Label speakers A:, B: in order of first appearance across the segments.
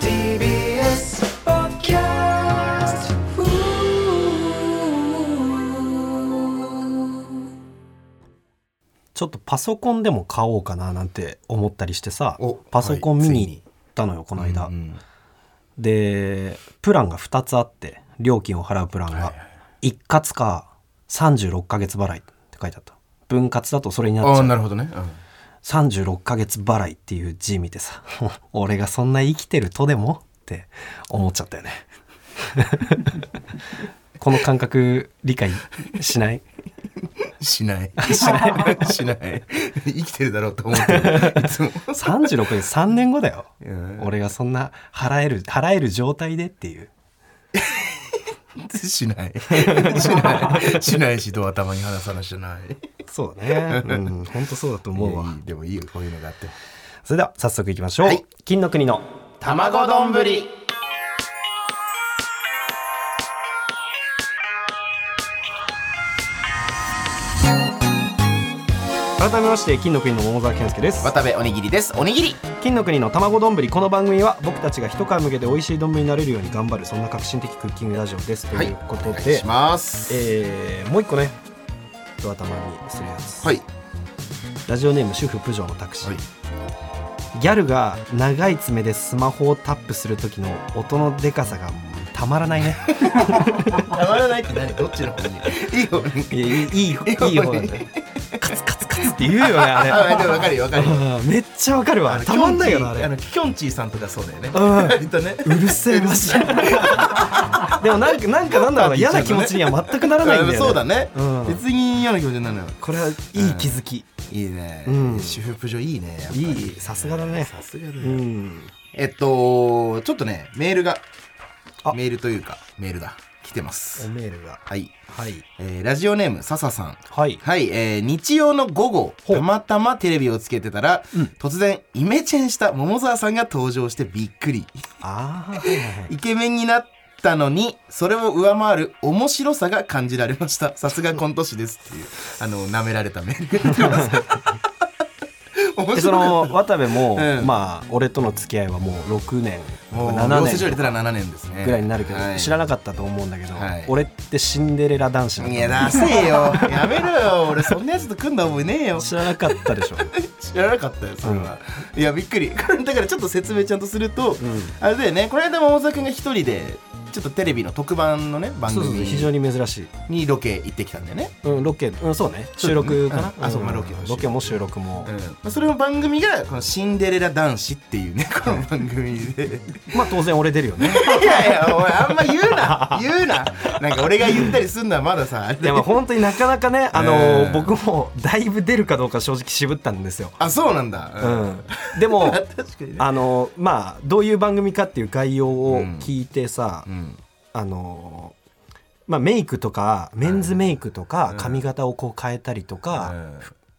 A: TBS ポッキャスト
B: ちょっとパソコンでも買おうかななんて思ったりしてさ
C: お
B: パソコン見
C: はい
B: に
C: ついに
B: 行ったのよ、この間、
C: うんうん
B: でプランが2つあって料金を払うプランが、
C: はいはい
B: 一括か36ヶ月払いって書いてあった分割だとそれになっ
C: あ
B: ちゃ
C: あ
B: う
C: なるほどね、うん
B: 36ヶ月払いっていう字見てさ 俺がそんな生きてるとでもって思っちゃったよね この感覚理解しない
C: しない しないしない生きてるだろうと思ってるいつ も
B: ?36 ヶ月3年後だよ
C: うん
B: 俺がそんな払える払える状態でっていう
C: し ないし ないしないしどう頭に話さなしじゃない
B: そうだねうん本当そうだと思うわ
C: いやいいでもいいよこういうのがあって
B: それでは早速いきましょう、
C: はい
B: 金の国の
C: 卵丼ぶり
B: 改めまして金の国の桃沢健介です
C: 渡部おにぎりですおにぎり
B: 金の国の卵丼ぶりこの番組は僕たちが一皮向けて美味しい丼になれるように頑張るそんな革新的クッキングラジオですと
C: はい
B: いうこと
C: お願い
B: で、
C: します
B: えーもう一個ねド頭にするやつ、
C: はい
B: ラジオネーム主婦プジョーのタクシー、
C: はい
B: ギャルが長い爪でスマホをタップする時の音のでかさがたまらない ね
C: たまらないって何どっちの方にいいよおにぎ
B: い
C: り
B: やいいいいいい方なんだよカツカツカツって言うよねあれ
C: あでもわかるよわかるよ
B: あーめっちゃわかるわたまんないよなあれ
C: あのキョンチーさんとかそうだよね
B: うん
C: 割とね
B: うるせえ マジででもなんかなんかなんだろうな嫌な気持ちには全くならないんだよ、ね、
C: そうだね
B: うん
C: 別に嫌な気持ちになるのよ
B: これはいい気づき、
C: いいね
B: うん
C: 主婦プジョいいねやっぱり
B: いいさすがだね
C: さすがだ
B: う
C: ね
B: ん、
C: えっとちょっとねメールが
B: あ
C: メールというかメールだ来てま
B: お
C: す
B: メールが
C: はい
B: はい
C: えーラジオネーム笹さん
B: はい
C: はい、えー日曜の午後
B: ほう
C: たまたまテレビをつけてたら、
B: うん
C: 突然イメチェンした桃沢さんが登場してびっくり
B: ああはいはいはい
C: イケメンになったのにそれを上回る面白さが感じられましたさすがコント師ですっ ていうあの舐められたメールが来てます面
B: でそ
C: 白い
B: の渡部も、
C: うん
B: まあ俺との付き合いはもう6年
C: もう
B: 7
C: 領収書
B: 年
C: 入れたら7年ですね
B: ぐらいになるけど、
C: はい
B: 知らなかったと思うんだけど、
C: はい
B: 俺ってシンデレラ男子なん
C: い
B: だ
C: や出せよやめろよ俺そんなやつと組んだ覚えねえよ
B: 知らなかったでし ょ、
C: 知らなかったよそんな、いやびっくり これだからちょっと説明ちゃんとすると、
B: うん、
C: あれだよねこの間桃沢君が一人でちょっとテレビの特番のね番
B: そうそうそう
C: 組
B: 非常に珍しい
C: にロケ行ってきたんだよね、
B: うん、ロケ、うん、そうね、
C: そう
B: 収
C: だね
B: 録かな。
C: うんあそうまあロケ
B: ロケも収録も
C: うん。まあ、それの番組がこの「シンデレラ男子」っていうねこの番組 で
B: まあ、当然俺出るよ ね。
C: いやいやお前あんま言う な言うななんか俺が言ったりすんのはまださあれ
B: い
C: だ
B: や、まあ、
C: よ
B: 本当になかなかね、あの
C: うん
B: 僕もだいぶ出るかどうか正直渋ったんですよ。
C: あそうなんだ、
B: う
C: うん、
B: ん。でも
C: 確かにね
B: あのまあ、どういう番組かっていう概要を聞いてさ、
C: うん
B: あの。まあ、メイクとかメンズメイクとか髪型をこう変えたりと
C: あ
B: か、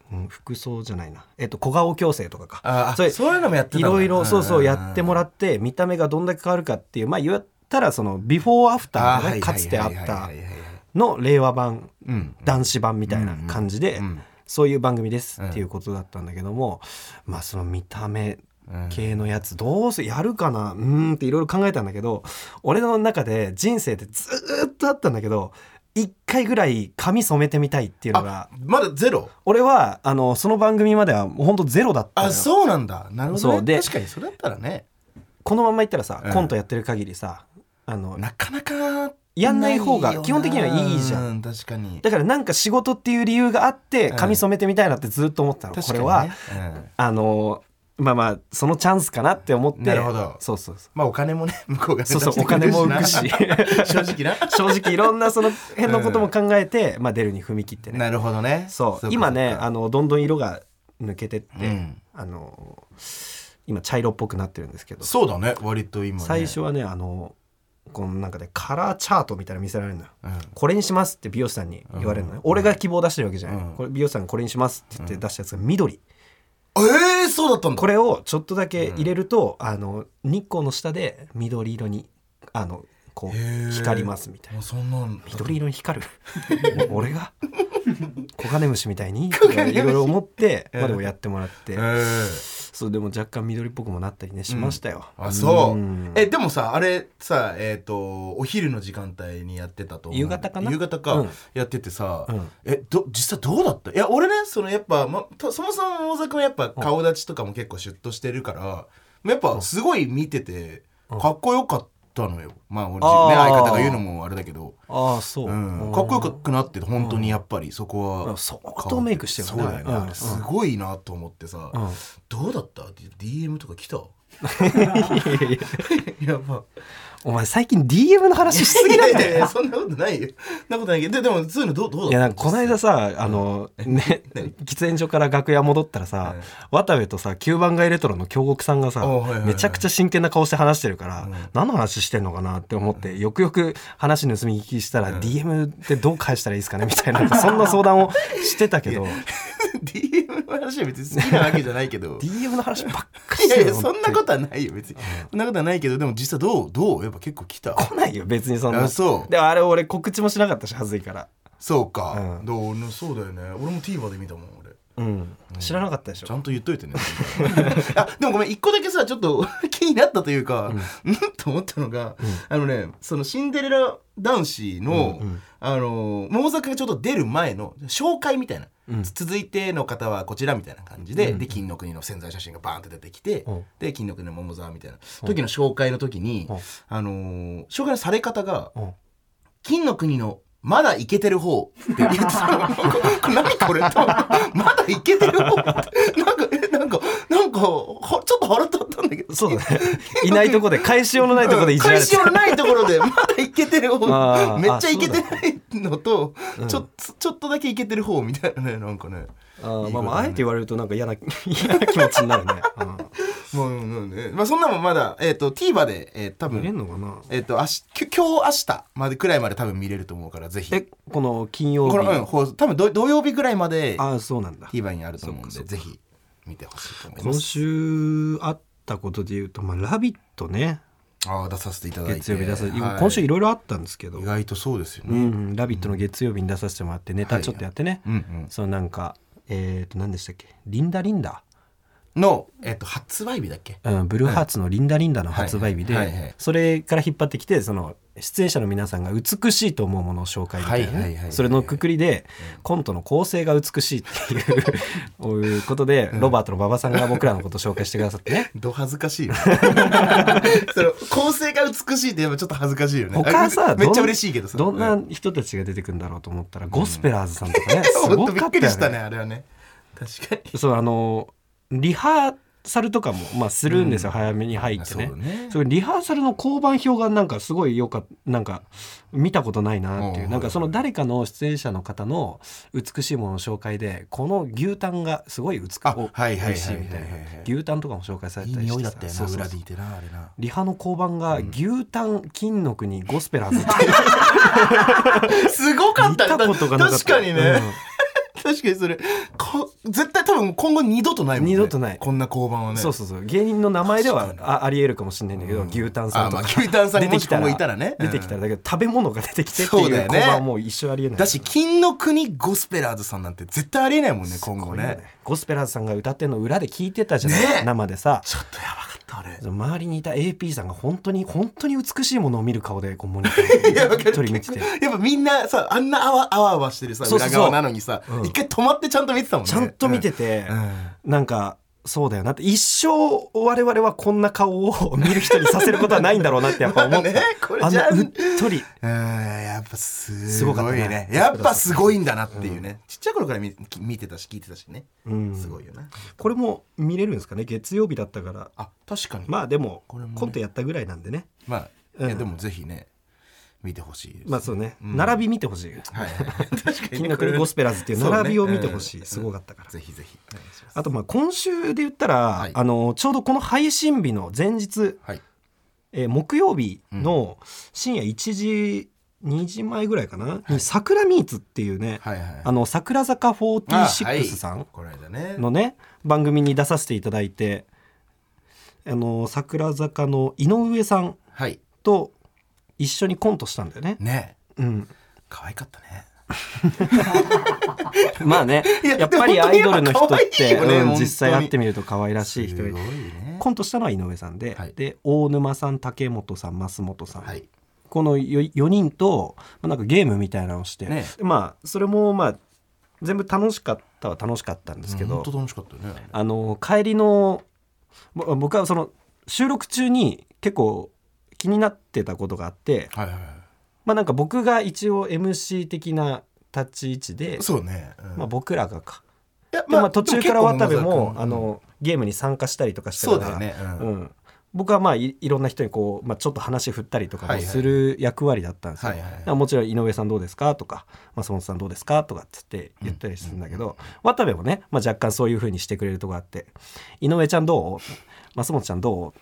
B: うん、服装じゃないな、えっと、小顔矯正とかか
C: あ
B: そ
C: そうういうのもやってた
B: い
C: んだ
B: ろいろそうそ
C: ん
B: うんやってもらって見た目がどんだけ変わるかっていうまあ言ったらそのビフォーアフタ
C: あ
B: ーがね
C: ー
B: かつてあった
C: はいはいはいはいはいはい
B: の令和版
C: うん
B: 男子版みたいな感じで
C: うん
B: そういう番組ですっていうことだったんだけどもまあその見た目
C: うん
B: 系のやつどうせやるかなうーんっていろいろ考えたんだけど俺の中で人生でずーっとあったんだけど一回ぐらい髪染めてみたいっていうのが
C: あまだゼロ
B: 俺はあのその番組までは本当ゼロだったの
C: あ
B: よ
C: そうなんだなるほど、ね、
B: そうで
C: 確かにそれだったらね
B: このまんまいったらさ
C: うん
B: コントやってる限りさあの
C: なかなか
B: やんない方が
C: よな
B: 基本的にはいいじゃん
C: う確かに
B: だからなんか仕事っていう理由があって
C: うん
B: 髪染めてみたいなってずっと思ってたの、
C: 確
B: こ
C: かに
B: れ
C: ね
B: は
C: うん
B: あのまあまあそのチャンスかなって思って
C: なるほど
B: そうそうそ
C: まあお金もね 向こうが
B: う
C: ね
B: そうそうお
C: 出してくれ
B: 金
C: る
B: も浮くし
C: な 正直な
B: 正直いろんなその辺のことも考えて、まあ、出るに踏み切ってね
C: な るほどね
B: そう
C: か
B: 今ね
C: そうか
B: あのどんどん色が抜けてって、
C: うん
B: あの今茶色っぽくなってるんですけど、
C: そうだね割と今ね
B: 最初はねあのこのなんかねカラーチャートみたいなの見せられるのよ
C: うん
B: これにしますって美容師さんに言われるのね、俺が希望出してるわけじゃない、
C: うん
B: これ美容師さんがこれにしますって言って出したやつが緑、
C: えーそうだったんだ
B: これをちょっとだけ入れると、あの日光の下で緑色にあのこ
C: へ
B: う
C: ー
B: 光りますみたいな
C: あそんなん
B: 緑色に光る お俺が黄金虫みたいにとかいろいろ思って、まあ、でもやってもらって、
C: えー
B: そうでも若干緑っぽくもなったりねしましたよ、
C: あそう、
B: ん
C: えでもさあれさえっ、とお昼の時間帯にやってたと思う
B: 夕方かな
C: 夕方か、
B: うん
C: やっててさ、
B: うん
C: えど実際どうだったいや俺ねそのやっぱ、ま、とそもそも大沢君はやっぱ顔立ちとかも結構シュッとしてるから、やっぱすごい見てて
B: うん
C: かっこよかったのよまあ俺ね
B: あー
C: 相方が言うのもあれだけど、
B: ああそう、
C: うん
B: うん
C: かっこよくなってて本当にやっぱりそこ
B: う
C: は
B: ん相当メイクしてる
C: そうだよね、
B: うん
C: あれすごいなと思ってさ、
B: うん
C: どうだったって DM と か来た
B: いやいや
C: やば
B: お前最近 DM の話しすぎ
C: い
B: な
C: や
B: い
C: い
B: んだ
C: やいや
B: よ
C: そんなことないよそんなことないけどででもそういうのどうどうだった
B: いやなんか この間さあのね
C: 何
B: 喫煙所から楽屋戻ったらさ
C: うん
B: 渡部とさ9番街レトロの京極さんがさ
C: おうはいはいはい
B: めちゃくちゃ真剣な顔して話してるか
C: う
B: ら
C: ん
B: 何の話してんのかなって思ってよくよく話盗み聞きした
C: うん
B: ら DM ってどう返したらいいですかねみたいな そんな相談をしてたけど
C: DM の話は別に好きなわけじゃないけど
B: DM の話ばっかり
C: い
B: し
C: や
B: て
C: い
B: る
C: や
B: の
C: そんなことはないよ別にそんなことはないけどでも実際どうどうやっぱ結構来た
B: 来ないよ別にそんな
C: あそう
B: でもあれ俺告知もしなかったし恥ずいから
C: そうか、
B: うん
C: どう俺そうだよね俺も TVer で見たもん俺
B: うん知らなかったでし
C: ちゃ
B: ょ
C: んと言っといてね あでもごめん一個だけさちょっと 気になったというか、うん、と思ったのが、あのねそのシンデレラ男子の、
B: うんうん
C: あの桃坂がちょっと出る前の紹介みたいな、
B: うん
C: 続いての方はこちらみたいな感じで、で金の国の潜在写真がバーンって出てきて、
B: うん
C: で金の国の桃沢みたいな時の紹介の時に、
B: うん
C: あのー紹介のされ方が、
B: うん
C: 金の国のまだいけてる方って言ってた のこれ何これとまだいけてる方ってなんかえなんかなんかはちょっと腹立ったんだけど
B: そうだねいないとこで返しようのないとこでいじられて
C: 返しようのないところでまだいけてる方
B: あー
C: めっちゃいけてないのと
B: うん
C: ちょちょっとだけいけてる方みたいなねなんかね
B: あー
C: いい
B: まあま
C: ことだ
B: ああ
C: ね
B: えて言われるとなんか嫌な 嫌な気持ちになるね。
C: まあ、うんうんねまあ、そんなもんまだ、えっと TVer で、えー多
B: うん、見れん
C: 分
B: のかな。
C: えっ、と明日き今日明日までくらいまで多分見れると思うからぜひ
B: えこの金曜日。
C: この、うん、ほう多分ど土曜日ぐらいまで
B: ああそうなんだ。
C: TVer にあると思うん
B: そっ
C: で
B: かそ
C: ぜ
B: っか
C: ひ見てほしいと思いま
B: 今
C: す
B: 週あったことで言うとまあラビットね
C: ああ出させていただいて
B: 月曜日出させて、
C: はい
B: 今週いろいろあったんですけど。
C: 意外とそうですよ
B: う
C: ね、
B: ん、ラビットの月曜日に出させてもらってネタちょっとやってね。
C: うんうん
B: そのなんかえっ、と何でしたっけリンダリンダ。
C: の、えっと発売日だっけ
B: うん、ブルーハーツの「リンダリンダ」の発売日で、
C: はいはいはい
B: それから引っ張ってきてその出演者の皆さんが美しいと思うものを紹介みたいなね
C: はいはいはいはい
B: それのくくりで、コントの構成が美しいっていうこういうことで、ロバートの馬場さんが僕らのことを紹介してくださってね
C: ど恥ずかしいよ その構成が美しいってやっぱちょっと恥ずかしいよね
B: 他
C: あ
B: さ
C: めめっちゃ
B: どん
C: 嬉しいけどさ
B: どんな
C: う
B: 人たちが出てくるんだろうと思ったら、ゴスペラーズさんとか ねす
C: す
B: ご
C: ご
B: か
C: くび
B: った
C: っくり
B: よ
C: した
B: ね。
C: ねあれはね確かに
B: そうあのリハーサルとかも、まあ、するんですよ、早めに入ってね。
C: そうだね
B: それリハーサルの交番表がなんかすごいよかったなんか見たことないなってい
C: お
B: う
C: う
B: なんかその誰かの出演者の方の美しいものの紹介でこの牛タンがすごい美し
C: あはいはいはいはい
B: 美味しいみたいな
C: はいはいはい
B: 牛タンとかも紹介され
C: いい
B: たりして
C: 匂いだ
B: さ
C: ったよな
B: そうそうそう
C: 裏でいてなあれな
B: リハの交番が牛タン金の国ゴスペラーズって
C: すごかっ
B: 見
C: た
B: たことがなかった
C: 確かにね、確かにそれこ絶対多分今後二度とないもんね
B: 二度とない
C: こんな交番はね
B: そうそうそう芸人の名前ではあありえるかもしれないんだけど、
C: うん
B: 牛タンさんとか
C: あまあ牛タンさん
B: 出てきたら
C: もし今後いたらねうん
B: 出てきたらだけど食べ物が出てきてっていう
C: そうだよ
B: 交
C: ね
B: 番はもう一生ありえない
C: だし金の国ゴスペラーズさんなんて絶対ありえないもんね今後ね
B: ゴスペラーズさんが歌ってんの裏で聞いてたじゃない、
C: ね
B: 生でさ
C: ちょっとやばかったあれ
B: 周りにいた AP さんが本当に本当に美しいものを見る顔でこうモニター
C: いやわ
B: に
C: か
B: 一
C: る
B: 人見てて
C: やっぱみんなさあんなあわあわあわしてるさ
B: そうそう
C: 裏
B: そう
C: 側なのにさ
B: うん
C: 一回止まってちゃんと見てたもんね
B: ちゃんと見てて、
C: うんうん
B: なんかそうだよなって一生我々はこんな顔を見る人にさせることはないんだろうなってやっぱ思った、
C: まあねこれ
B: あん
C: じゃ
B: な
C: あ
B: うっとり
C: うんやっぱす
B: すごかっ
C: ご
B: た
C: い
B: ね
C: ねやっぱすごいんだなっていうねちっちゃい頃から見見てたし聞いてたしね
B: うん
C: すごいよな
B: これも見れるんですかね月曜日だったから
C: あ確かに
B: まあでも
C: これもね
B: コントやったぐらいなんでね
C: まあ
B: うん
C: いやでもぜひね見てほしいです
B: まあそうね、
C: うん
B: 並び見てほし い
C: はいはいはい確かに
B: 金の国ゴスペラーズっていう並びを見てほしい、すごかったから
C: らぜひぜひお願いします
B: あとまあ今週で言ったら、
C: い
B: あのちょうどこの配信日の前日、
C: はい
B: えー木曜日の深夜1時、2時前ぐらいかな、に桜ミーツっていうね、
C: はいはい
B: あの桜坂
C: あはい
B: 46さん
C: この間ね
B: のね、番組に出させていただいてあの桜坂の井上さん
C: はい
B: と一緒にコントしたんだよね。
C: ね
B: うん、
C: 可愛かったね
B: まあね
C: いや
B: やっぱりアイドルの人って、
C: でも本当に可愛いよ
B: うん
C: ね本当に
B: 実際会ってみると可愛らしい人
C: す
B: で
C: ごいね
B: コントしたのは井上さんで、
C: はい
B: で大沼さん竹本さん増本さん、
C: はい
B: この 4, 人とまあなんかゲームみたいなのをして、
C: ね
B: でまあそれもまあ全部楽しかったは楽しかったんですけど、
C: 本当楽しかったよね
B: あの帰りのぼ僕はその収録中に結構気になってたことがあって
C: はいはいは
B: まあなんか僕が一応 MC 的な立ち位置で
C: い、そうね、うん
B: まあ、僕らがか、
C: いや
B: でまあ、途中から渡部
C: で
B: も
C: 結構野田君
B: あのゲームに参加したりとかしてた
C: そう
B: か
C: だ
B: ら
C: よね、う
B: うんん、僕はまあいいろんな人にこう、まあ、ちょっと話振ったりとか
C: はい
B: も
C: はい
B: する役割だったんですよ、
C: はいはいは
B: だ
C: い
B: からもちろん井上さんどうですかとか松本さんどうですかとかっつって言ったりするんだけど、渡部もね、まあ、若干そういうふうにしてくれるとこあって「井上ちゃんどう?」「松本ちゃんどう?」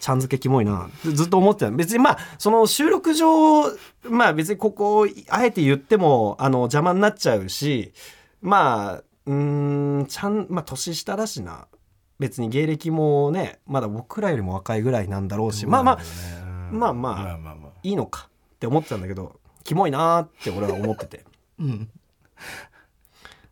B: ちゃん付けキモいなってずっと思ってた別にまあその収録上まあ別にここあえて言ってもあの邪魔になっちゃうしまあうーんちゃんまあ年下だしな別に芸歴もねまだ僕らよりも若いぐらいなんだろうしまあまあまあまあ
C: まあまあまあ
B: いいのかって思ってたんだけどキモいなーって俺は思ってて
C: うん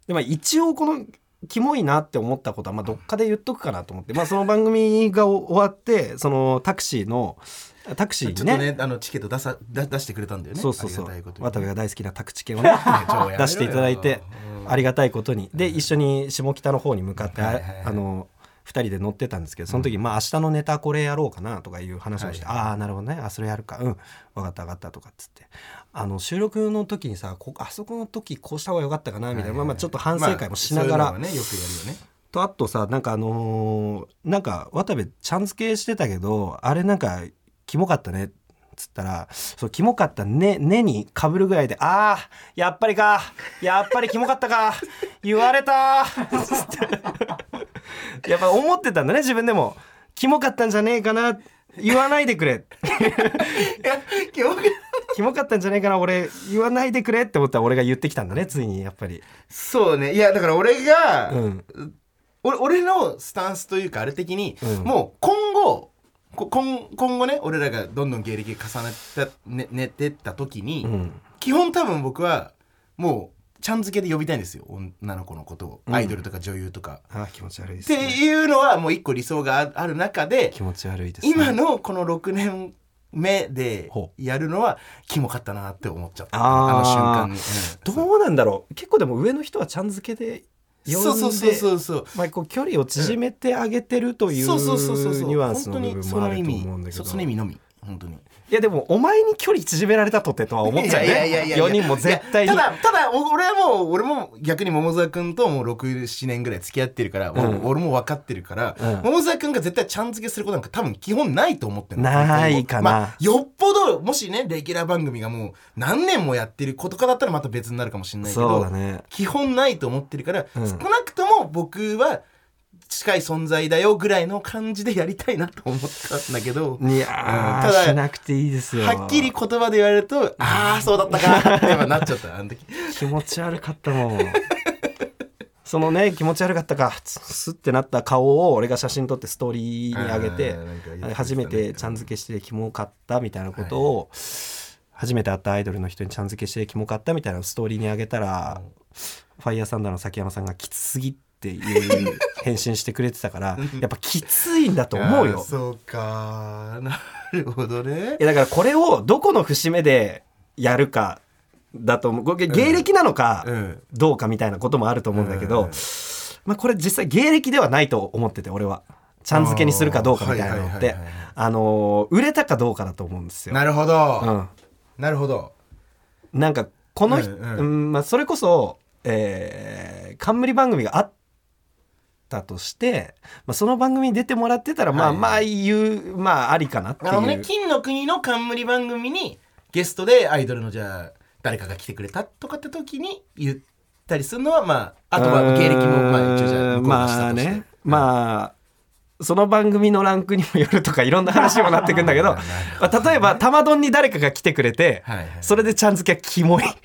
B: で、まあ、一応このキモいなって思ったことは、まあ、どっかで言っとくかなと思って、まあ、その番組が終わってそのタクシーのタクシ
C: ちょっ
B: ー
C: と
B: に
C: ね
B: ね
C: あのチケット出さ出出してくれたんだよね
B: そうそうそう
C: ありがたいことに
B: 渡部が大好きなタクチケを ね出していただいてあり
C: が
B: がたいことにで一緒に下北の方に向かって
C: は
B: あ
C: いはいはい
B: あの2人で乗ってたんですけどその時、まあ明日のネタこれやろうかなとかいう話をして「
C: はい
B: ああなるほどねあそれやるかうん分かった分かった」とかっつってあの収録の時にさこあそこの時こうした方が良かったかなみたいな、まあ、まあちょっと反省会もしながら、
C: ねよくやるよね
B: とあとさなんかあのーなんか渡部ちゃん付けしてたけどあれなんかキモかったねっつったらそうキモかったねねにかぶるぐらいで「ああやっぱりかやっぱりキモかったか言われた」つってやっぱ思ってたんだね自分でもキモかったんじゃねえかな言わないでくれ
C: いや 今日
B: キモかったんじゃねえかな俺言わないでくれって思ったら俺が言ってきたんだねついにやっぱり
C: そうねいやだから俺が、
B: うん
C: 俺俺のスタンスというかあれ的に、
B: うん
C: もう今後こ今今後ね俺らがどんどん芸歴が重ねた、ね、寝てった時に、
B: うん
C: 基本多分僕はもうちゃん付けで呼びたいんですよ女の子のことを、
B: うん
C: アイドルとか女優とか。
B: ああ気持ち悪いで
C: っ
B: す
C: て
B: ね
C: いうのはもう一個理想があある中で
B: 気持ち悪いですね
C: 今のこの6年目で
B: ほ
C: やるのはキモかったなって思っちゃった
B: あー
C: あの瞬間に、うん
B: どうなんだろう結構でも上の人はちゃん付けで呼んで
C: そうそうそうそうそう
B: まあ、こう距離を縮めてあげてるというニ
C: そうそうそうそうそう
B: ュアンスの部分もあると思うんだけ
C: そ
B: ど
C: その意味のみ本当に
B: いやでもお前に距離縮められたとてとは思っちゃう
C: いやいやいや
B: ね
C: いや
B: 4人も絶対に
C: いやただただお俺はもう俺も逆に桃沢君ともう67年ぐらい付き合ってるから、もう
B: うん
C: 俺も分かってるから、
B: うん
C: 桃沢君が絶対ちゃん付けすることなんか多分基本ないと思ってるの
B: ないかな
C: まあ、よっぽどもしねレギュラー番組がもう何年もやってることかだったらまた別になるかもしれないけ
B: そう
C: ど、
B: だね
C: 基本ないと思ってるから、
B: うん
C: 少なくとも僕は近い存在だよぐらいの感じでやりたいなと思ったんだけど。
B: いやー、
C: うんただ
B: しなくていいですよ
C: はっきり言葉で言われると、ああ、そうだったかってやっぱなっちゃった、あの 時。
B: 気持ち悪かったもんそのね気持ち悪かったかつスッてなった顔を俺が写真撮ってストーリーに上げて
C: あーなんかやってましたね
B: 初めてちゃん付けしてキモかったみたいなことを、初めて会ったアイドルの人にちゃん付けしてキモかったみたいなのをストーリーに上げたら、ファイヤーサンダーの崎山さんがきつすぎっていう返信してくれてたからやっぱきついんだと思う
C: あー
B: よ。
C: そうか なるほどね
B: いやだからこれをどこの節目でやるかだと思うこれ芸歴なのか、
C: うん
B: どうかみたいなこともあると思うんだけど、
C: うん
B: まあ、これ実際芸歴ではないと思ってて俺はちゃん付けにするかどうかみたいなのっ
C: あーはい
B: て
C: はいはいはい
B: あのー売れたかどうかだと思うんですよ。
C: なるほど、
B: うん、
C: なるほど
B: なんかこの人、
C: う
B: うんん
C: うん
B: まあ、それこそ、えー冠番組があったとして、まあ、その番組に出てもらってたらまあ
C: はい
B: まあ言う、まあありかなってい
C: あのね
B: う。
C: 金の国の冠番組にゲストでアイドルのじゃあ誰かが来てくれたとかって時に言ったりするのはまああとは芸歴もまあ一応じゃあ向こうがした
B: まあ
C: として
B: ね、まあその番組のランクにもよるとかいろんな話にもなってくんだけど
C: なる
B: まあ例えば玉丼に誰かが来てくれて、
C: はいはい
B: それでちゃん付けはキモい
C: 玉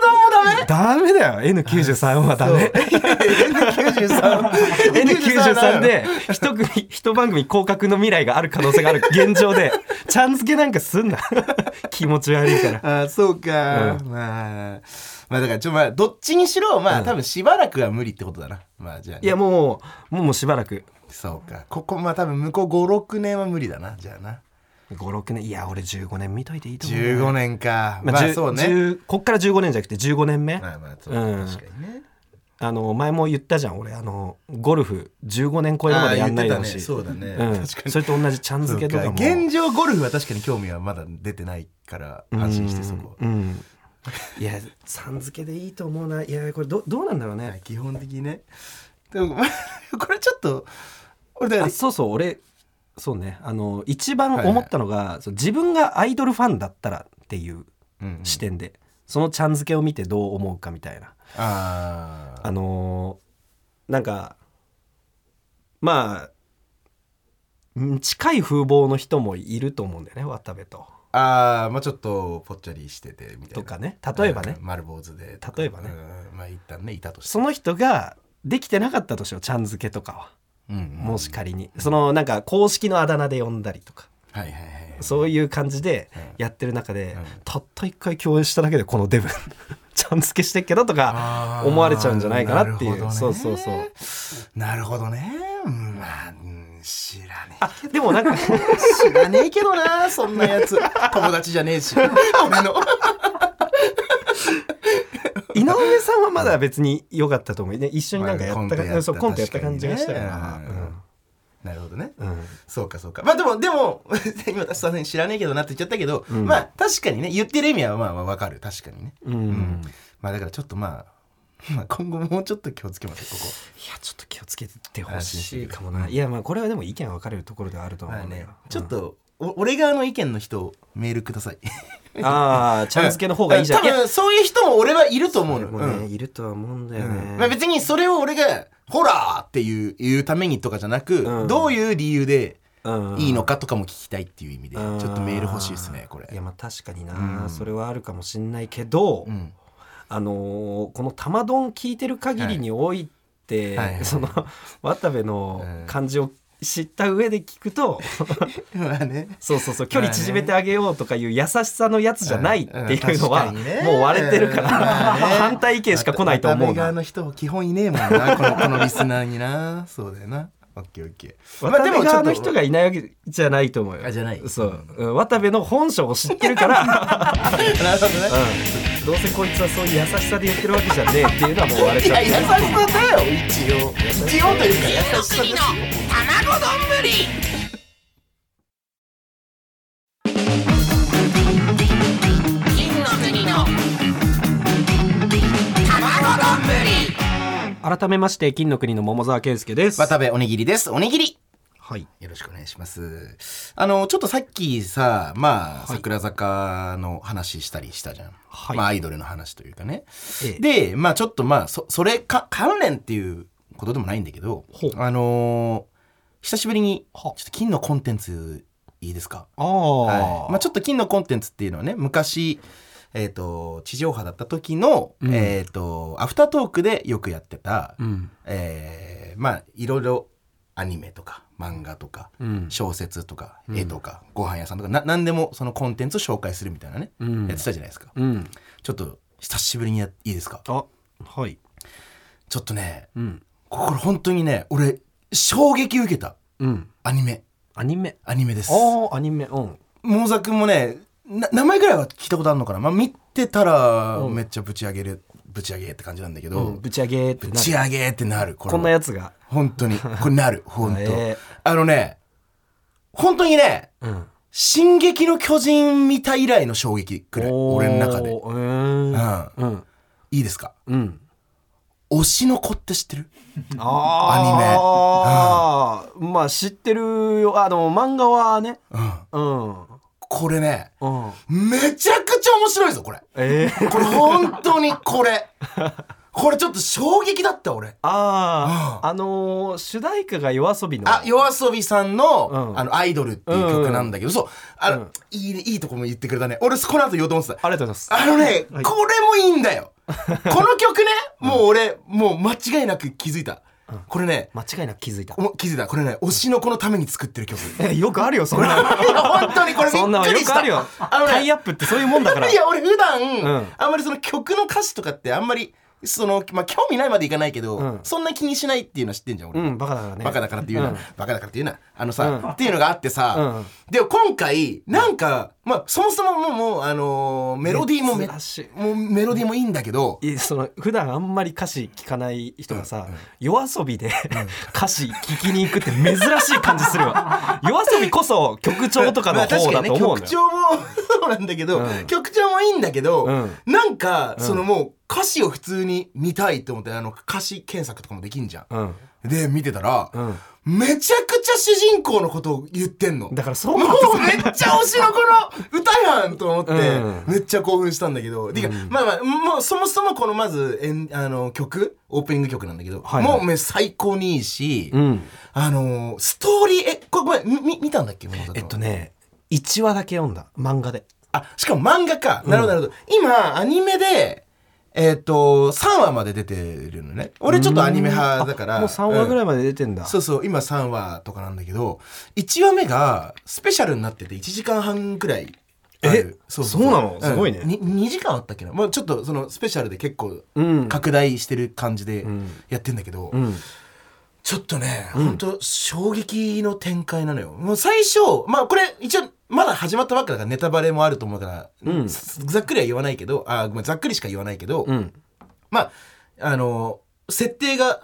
C: 丼もダメ
B: ダメだよ N93 はダメ N93
C: N93
B: で一組一番組降格の未来がある可能性がある現状でちゃん付けなんかすんな 気持ち悪いから
C: あーそうか、
B: う
C: まあまあだからちょまあどっちにしろまあ、多分しばらくは無理ってことだなまあじゃあね、
B: いやもうもうもうしばらく
C: そうかここまあ多分向こう56年は無理だなじゃあな
B: 56年いや俺15年見といていいと思う
C: 15年かま
B: まあ
C: あ、
B: 10
C: そうね
B: 10こっから15年じゃなくて15年目、
C: まあまあそう、
B: うん
C: 確かにね
B: あの前も言ったじゃん俺あのゴルフ15年超えるまでやんないでほしい、
C: あー言ってたねそうだね、
B: うん、
C: 確かに
B: それと同じちゃん
C: そ
B: 付
C: う
B: けとか
C: か
B: も
C: 現状ゴルフは確かに興味はまだ出てないから安心してそこ
B: うん、うんいやさん付けでいいと思うないやこれどどうなんだろうね、
C: 基本的にねでもまあ これちょっと俺だから
B: あそうそう俺そうねあの一番思ったのが、そう自分がアイドルファンだったらっていう
C: うんうん
B: 視点で、そのちゃん付けを見てどう思うかみたいな
C: あー
B: あのーなんかまあうん近い風貌の人もいると思うんだよね渡部と
C: あーまあちょっとぽっちゃりしててみたいな
B: とかね例えばね、
C: うん丸坊主でとか
B: 例えばね
C: うんまあ一旦ねいたとして
B: その人ができてなかったとしようちゃん付けとかはも
C: も
B: し仮に、そのなんか公式のあだ名で呼んだりとか
C: はいはいはい
B: そういう感じでやってる中で、
C: うん
B: たった一回共演しただけでこのデブ ちゃん付けしてっけどとか
C: あー
B: 思われちゃうんじゃないかなっていう、
C: なるほどね
B: そうそうそう
C: なるほどねうんまあうん知らね
B: あでもなんか
C: え知らねえけどな そんなやつ友達じゃ ねえし俺の
B: 井上さんはまだ別に良かったと思うね一緒になんかやった,、
C: まあ
B: そうコントやった感じがしたか
C: 確
B: ら
C: かにねなるほどね
B: うん、うん
C: そうかそうかまあでもでも 今私さ知らねえけどなって言っちゃったけど、
B: うん
C: まあ確かにね言ってる意味はまあまあわかる確かにね
B: うん
C: んまあだからちょっとまあ、まあ、今後もうちょっと気をつけますここ
B: いやちょっと気をつけてほしいかもないやまあこれはでも意見分かれるところではあると思う
C: まあ
B: ね
C: ね、ちょっと、お俺側の意見の人をメールください。
B: ああちゃん付けの方がいいじゃんい
C: 多
B: や
C: 分そういう人も俺はいると思うの。
B: も
C: う
B: うね、
C: ん
B: いるとは思うんだ
C: う
B: よね、
C: んまあ、別にそれを俺が「ホラー!」っていう言うためにとかじゃなく、
B: うん
C: どういう理由で
B: うん
C: いいのかとかも聞きたいっていう意味で、
B: うん
C: ちょっとメール欲しいですねこれ
B: いやまあ確かにな、
C: うん
B: それはあるかもしんないけど、
C: うん、
B: あのーこの「玉丼」聞いてる限りにおいて、
C: はいはいはい
B: そ の渡部の感じを知った上で聞くと、
C: まあね
B: そうそうそう距離縮めてあげようとかいう優しさのやつじゃないっていうのは、
C: うんうん確かにね
B: もう割れてるから、
C: まあね
B: 反対意見しか来ないと思う
C: 渡辺側
B: な。
C: の人も基本いねえもんなこの このリスナーになそうだよなオッケーオッケー
B: 渡部側の人
C: が
B: がいないわけじゃないと思うよ。
C: あじゃない
B: そう、うん渡部の本性を知ってるから、
C: なる ほどね
B: うんどうせこいつはそういう優しさで言ってるわけじゃねえっていうのはもう割れ
C: い
B: ちゃう
C: や優。しさだよ一応一応というか優しさですよ
B: 改めまして金の国の桃沢健介です。
C: 渡部おにぎりですおにぎり
B: はい。
C: よろしくお願いしますあのちょっとさっきさまあ桜坂の話したりしたじゃん、
B: はい
C: まあアイドルの話というかね
B: ええ
C: でまあちょっとまあそそれか関連っていうことでもないんだけど
B: ほう
C: あのー久しぶりにちょ
B: は
C: っと金のコンテンツいいですか
B: あ
C: は
B: あ、
C: いまあ、ちょっと金のコンテンツっていうのはね昔、えー、と地上波だった時の、
B: うん
C: えー、とアフタートークでよくやってた、
B: うん。
C: えーまあいろいろアニメとか漫画とか、
B: うん
C: 小説とか絵とか、ご飯屋さんとかな何でもそのコンテンツを紹介するみたいなね、
B: うん
C: やってたじゃないですか
B: うん。
C: ちょっと久しぶりにやいいですか
B: あ、はい。
C: ちょっとね
B: うん。
C: これ本当にね俺衝撃受けた
B: うん。
C: アニメ
B: アニメ。
C: アニメです
B: ああ、アニメ。うん。
C: モーザ君もねな名前ぐらいは聞いたことあるのかな、まあ、見てたら
B: うん
C: めっちゃぶち上げるぶち上げって感じなんだけど、
B: うん、ぶち上げって
C: ぶ
B: な
C: ち上げってなるこれ
B: こんな
C: や
B: やつが。
C: 本当にこ れなる本当、
B: ええ
C: あのね本当にね
B: うん。
C: 「進撃の巨人」見た以来の衝撃くらい俺の中で
B: うーん。うん。
C: いいですか
B: うん。
C: 推しの子って知ってる
B: ああ。アニメ。まあ知ってるよ。あの、漫画はね。
C: うん
B: うん。
C: これね
B: うん。
C: めちゃくちゃ面白いぞこれ
B: ええ
C: これ本当にこれこれちょっと衝撃だった俺
B: ああ、あのー主題歌が夜遊びの。
C: あ夜遊びさんの,、
B: うん
C: あの「アイドル」っていう曲なんだけど、そうあの、いいねいいとこも言ってくれたね俺この後言おうと思ってた
B: ありがとうございます。
C: あのね、
B: はい
C: これもいいん だよ。この曲ね、もう俺、もう間違いなく気づいた。これね、
B: 間違いなく気づいた。
C: お気づいた。これね、推しの子のために作ってる 曲。い
B: えよくあるよ、そんな の。
C: や、本当にこれび
B: そんな
C: っ
B: の
C: く
B: よ
C: りし
B: く
C: た。
B: あるよ。
C: あのね
B: タイアップってそういうもんだから。
C: いや、俺普段、
B: うん
C: あんまりその曲の歌詞とかってあんまり、その、まあ、興味ないまでいかないけど、
B: うん
C: そんな気にしないっていうのは知ってんじゃん、俺。
B: うん、バカだからね。
C: バカだからっていうな、
B: うん
C: バカだからっていうなあのさ、
B: うん
C: っていうのがあってさ、でも今回なんか、まあ、そもそももうもう、あのーメロディーもめ
B: 珍し
C: もうメロディーもいいんだけど、
B: いやその普段あんまり歌詞聞かない人がさ、夜遊びで、歌詞聞きに行くって珍しい感じする わ夜遊びこそ曲調とかの方だと思う
C: まあ
B: の
C: 確かにね、曲
B: よ、
C: 調も そうなんだけど、
B: うん
C: 曲調もいいんだけど、
B: う
C: なんか、
B: うん
C: そのもう歌詞を普通に見たいと思ってあの歌詞検索とかもできんじゃ
B: うん
C: ん。で見てたら、
B: うん
C: めちゃくちゃ主人公のことを言ってんの。
B: だからそう
C: も
B: なんです
C: うめっちゃ推しのこの歌やんと思って、
B: うん
C: めっちゃ興奮したんだけど、てかまあまあもうそもそもこのまずえんあの曲オープニング曲なんだけど、
B: はいはい
C: もうめ最高にいいし、
B: うん
C: あのストーリーえこれごめんみ見見たんだっけえ
B: えっとね1話だけ読んだ漫画で
C: あ、しかも漫画か。なるほど、なるほど。今、アニメで、えっ、と、3話まで出てるのね。俺ちょっとアニメ派だから。
B: もう3話ぐら
C: い、
B: いまで出てんだ、
C: そうそう、今3話とかなんだけど、1話目がスペシャルになってて1時間半ぐらいある。
B: えそうなのすごいね
C: に2時間あったっけな。まあちょっとそのスペシャルで結構
B: うん
C: 拡大してる感じで
B: ん
C: やってんだけど、
B: うん
C: ちょっとね、本当衝撃の展開なのよ。もう最初、まあこれ一応まだ始まったばっかだからネタバレもあると思うから、
B: うん
C: ざざっくりは言わないけど、あ、ごめん、ざっくりしか言わないけど、
B: うん
C: まあ、あの、設定が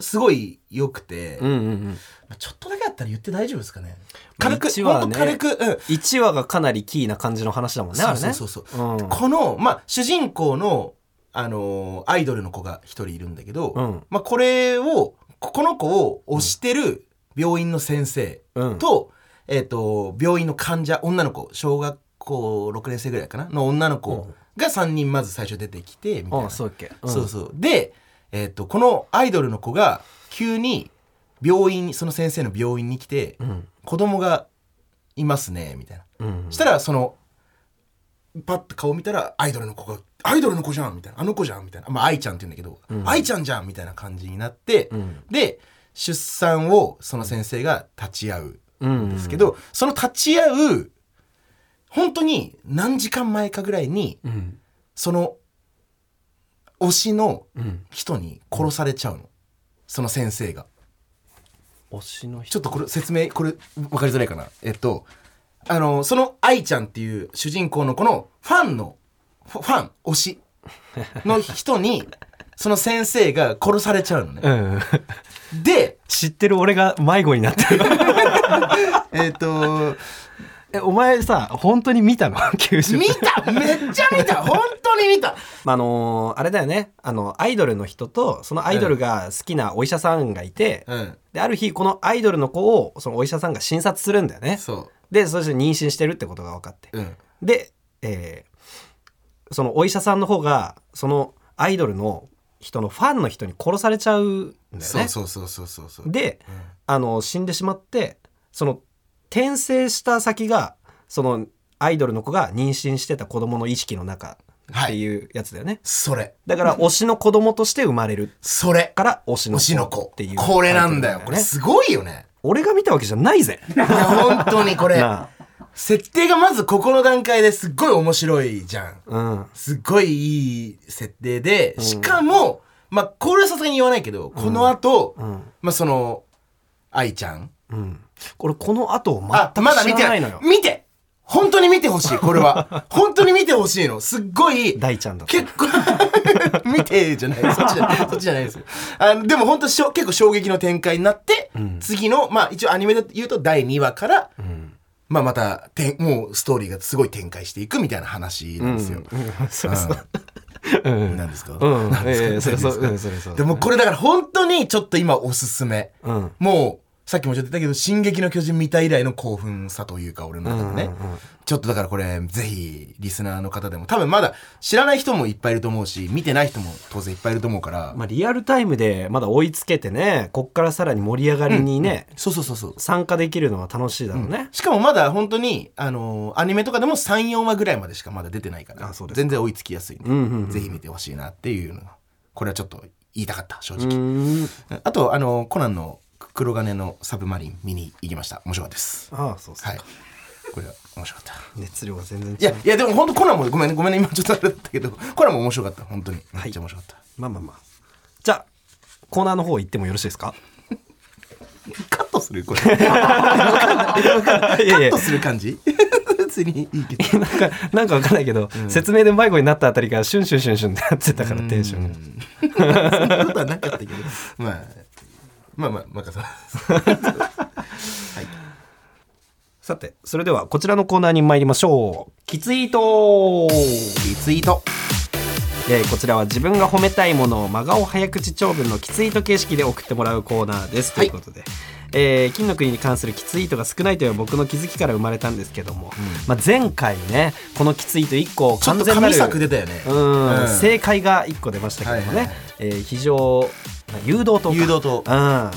C: すごい良くて、
B: うんうんうん
C: まあちょっとだけだったら言って大丈夫ですかね。
B: まあ
C: 軽く、
B: 一
C: ほ
B: 話
C: んと
B: ね
C: 軽く、うん。
B: 1話がかなりキーな感じの話だもんねあれね
C: そうそうそうそう。
B: うん
C: この、まあ、主人公の、あのーアイドルの子が一人いるんだけど、
B: うん
C: まあ、これをここの子を推してる病院の先生
B: うん
C: と,、えっと病院の患者女の子小学校6年生ぐらいかなの女の子が3人まず最初出てきてみたいな、
B: あそうだっけ、ん
C: そうそうで、えっとこのアイドルの子が急に病院にその先生の病院に来て、
B: ん
C: 子供がいますねみたいな。
B: うん
C: したらそのパッと顔見たらアイドルの子が「アイドルの子じゃん」みたいな「あの子じゃん」みたいな「まあ愛ちゃん」って言うんだけど「愛、ちゃんじゃん」みたいな感じになって、
B: ん
C: で出産をその先生が立ち会う
B: うん
C: んですけど、その立ち会う本当に何時間前かぐらいに
B: うん
C: その推しの
B: うん
C: 人に殺されちゃうのその先生が。
B: 推しの人
C: ちょっとこれ説明これ分かりづらいかなえっとあのその愛ちゃんっていう主人公の子のファンのフファン推しの人に その先生が殺されちゃうのね
B: うん
C: で
B: 知ってる俺が迷子になってる
C: えっと
B: えお前さ本当に見 たの90
C: 見ためっちゃ見た本当に見た
B: まああのーあれだよねあのアイドルの人とそのアイドルが好きなお医者さんがいて、
C: うん
B: である日このアイドルの子をそのお医者さんが診察するんだよね
C: そ
B: でそして妊娠してるってことが分かって
C: ううん
B: で、えーそのお医者さんの方がそのアイドルの人のファンの人に殺されちゃうんだよね
C: そうそうそうそうそうそう
B: で、あの死んでしまってその転生した先がそのアイドルの子が妊娠してた子供の意識の中っていうやつだよね、
C: それ
B: だから推しの子供として生まれる
C: それ
B: から推しの
C: 推しの
B: 子
C: 子
B: っていう
C: これなんだよ
B: タイ
C: こ
B: トル
C: れ
B: ね
C: すごいよね
B: 俺が見たわけじゃないぜ
C: いや本当にこれ
B: なあ
C: 設定がまずここの段階ですっごい面白いじゃん
B: うん
C: すっごいいい設定で、しかも、まあ、これはさすがに言わないけど、この後、
B: うん
C: まあ、その、愛ちゃん。
B: うんこれこの後を全
C: あ、まだ
B: く
C: 見
B: 知
C: て
B: ら
C: な
B: ない
C: い
B: のよ
C: 見て本当に見てほしい、こ れは。本当に見てほしいの。すっごい、
B: 大ちゃんだった
C: 結構、 見てじゃない、そっちじゃない、そっちじゃないですよ。あのでも本当しょ、結構衝撃の展開になって、次の、まあ、一応アニメで言うと第2話から、まあ、また、てんもうストーリーがすごい展開していくみたいな話なんですよ。
B: うんそうそううん
C: なんです か
B: うん
C: なんですか
B: ええそれそう
C: なん
B: うん
C: です
B: そ
C: か
B: れそう
C: でもこれだから本当にちょっと今おすすめ。
B: うん
C: もう、さっきもちょっと言ったけど「進撃の巨人」見た以来の興奮さというか俺の中でね、ちょっとだからこれぜひリスナーの方でも多分まだ知らない人もいっぱいいると思うし見てない人も当然いっぱいいると思うから、
B: まあ、リアルタイムでまだ追いつけてねこっからさらに盛り上がりにね、
C: そうそうそうそう
B: 参加できるのは楽しいだろうね、
C: しかもまだ本当にあのーアニメとかでも34話ぐらいまでしかまだ出てないから
B: あそうですか
C: 全然追いつきやすいん
B: ん
C: で、
B: うんうん
C: ぜひ見てほしいなっていうのがこれはちょっと言いたかった正
B: う
C: 直、
B: ーん
C: あとあのコナンの黒金のサブマリン見に行きました面白かったです
B: ああそうっすか、
C: はいこれは面白かった
B: 熱量が全然違う
C: いやいやでも本当コナンもごめんねごめんね今ちょっとあれだったけどコナンも面白かった本当にめっちゃ面白かった、
B: まあまあまあじゃあコーナーの方行ってもよろしいです か
C: カットするこれカ
B: いやい
C: ッ
B: や
C: トする感じ別にいいけど
B: なんか なんかわかんないけど、説明で迷子になったあたりからシュンシュンシュンシュンってなってたからテンションが
C: そんなことはなかったけど、まあ、まあまあ、まあ、さ。
B: さてそれではこちらのコーナーに参りましょうキツイート
C: リツイート。
B: えーこちらは自分が褒めたいものを真顔早口長文のキツイート形式で送ってもらうコーナーです、
C: はい
B: ということで、えー金の国に関するキツイートが少ないというのは僕の気づきから生まれたんですけども、まあ、前回ねこのキツイート1個
C: ちょ
B: 完
C: っと
B: 全な
C: 神
B: る
C: 作出たよね。
B: うん
C: うん
B: 正解が1個出ましたけどもね、
C: はいはい
B: えー非常誘導灯か
C: 誘導灯
B: うん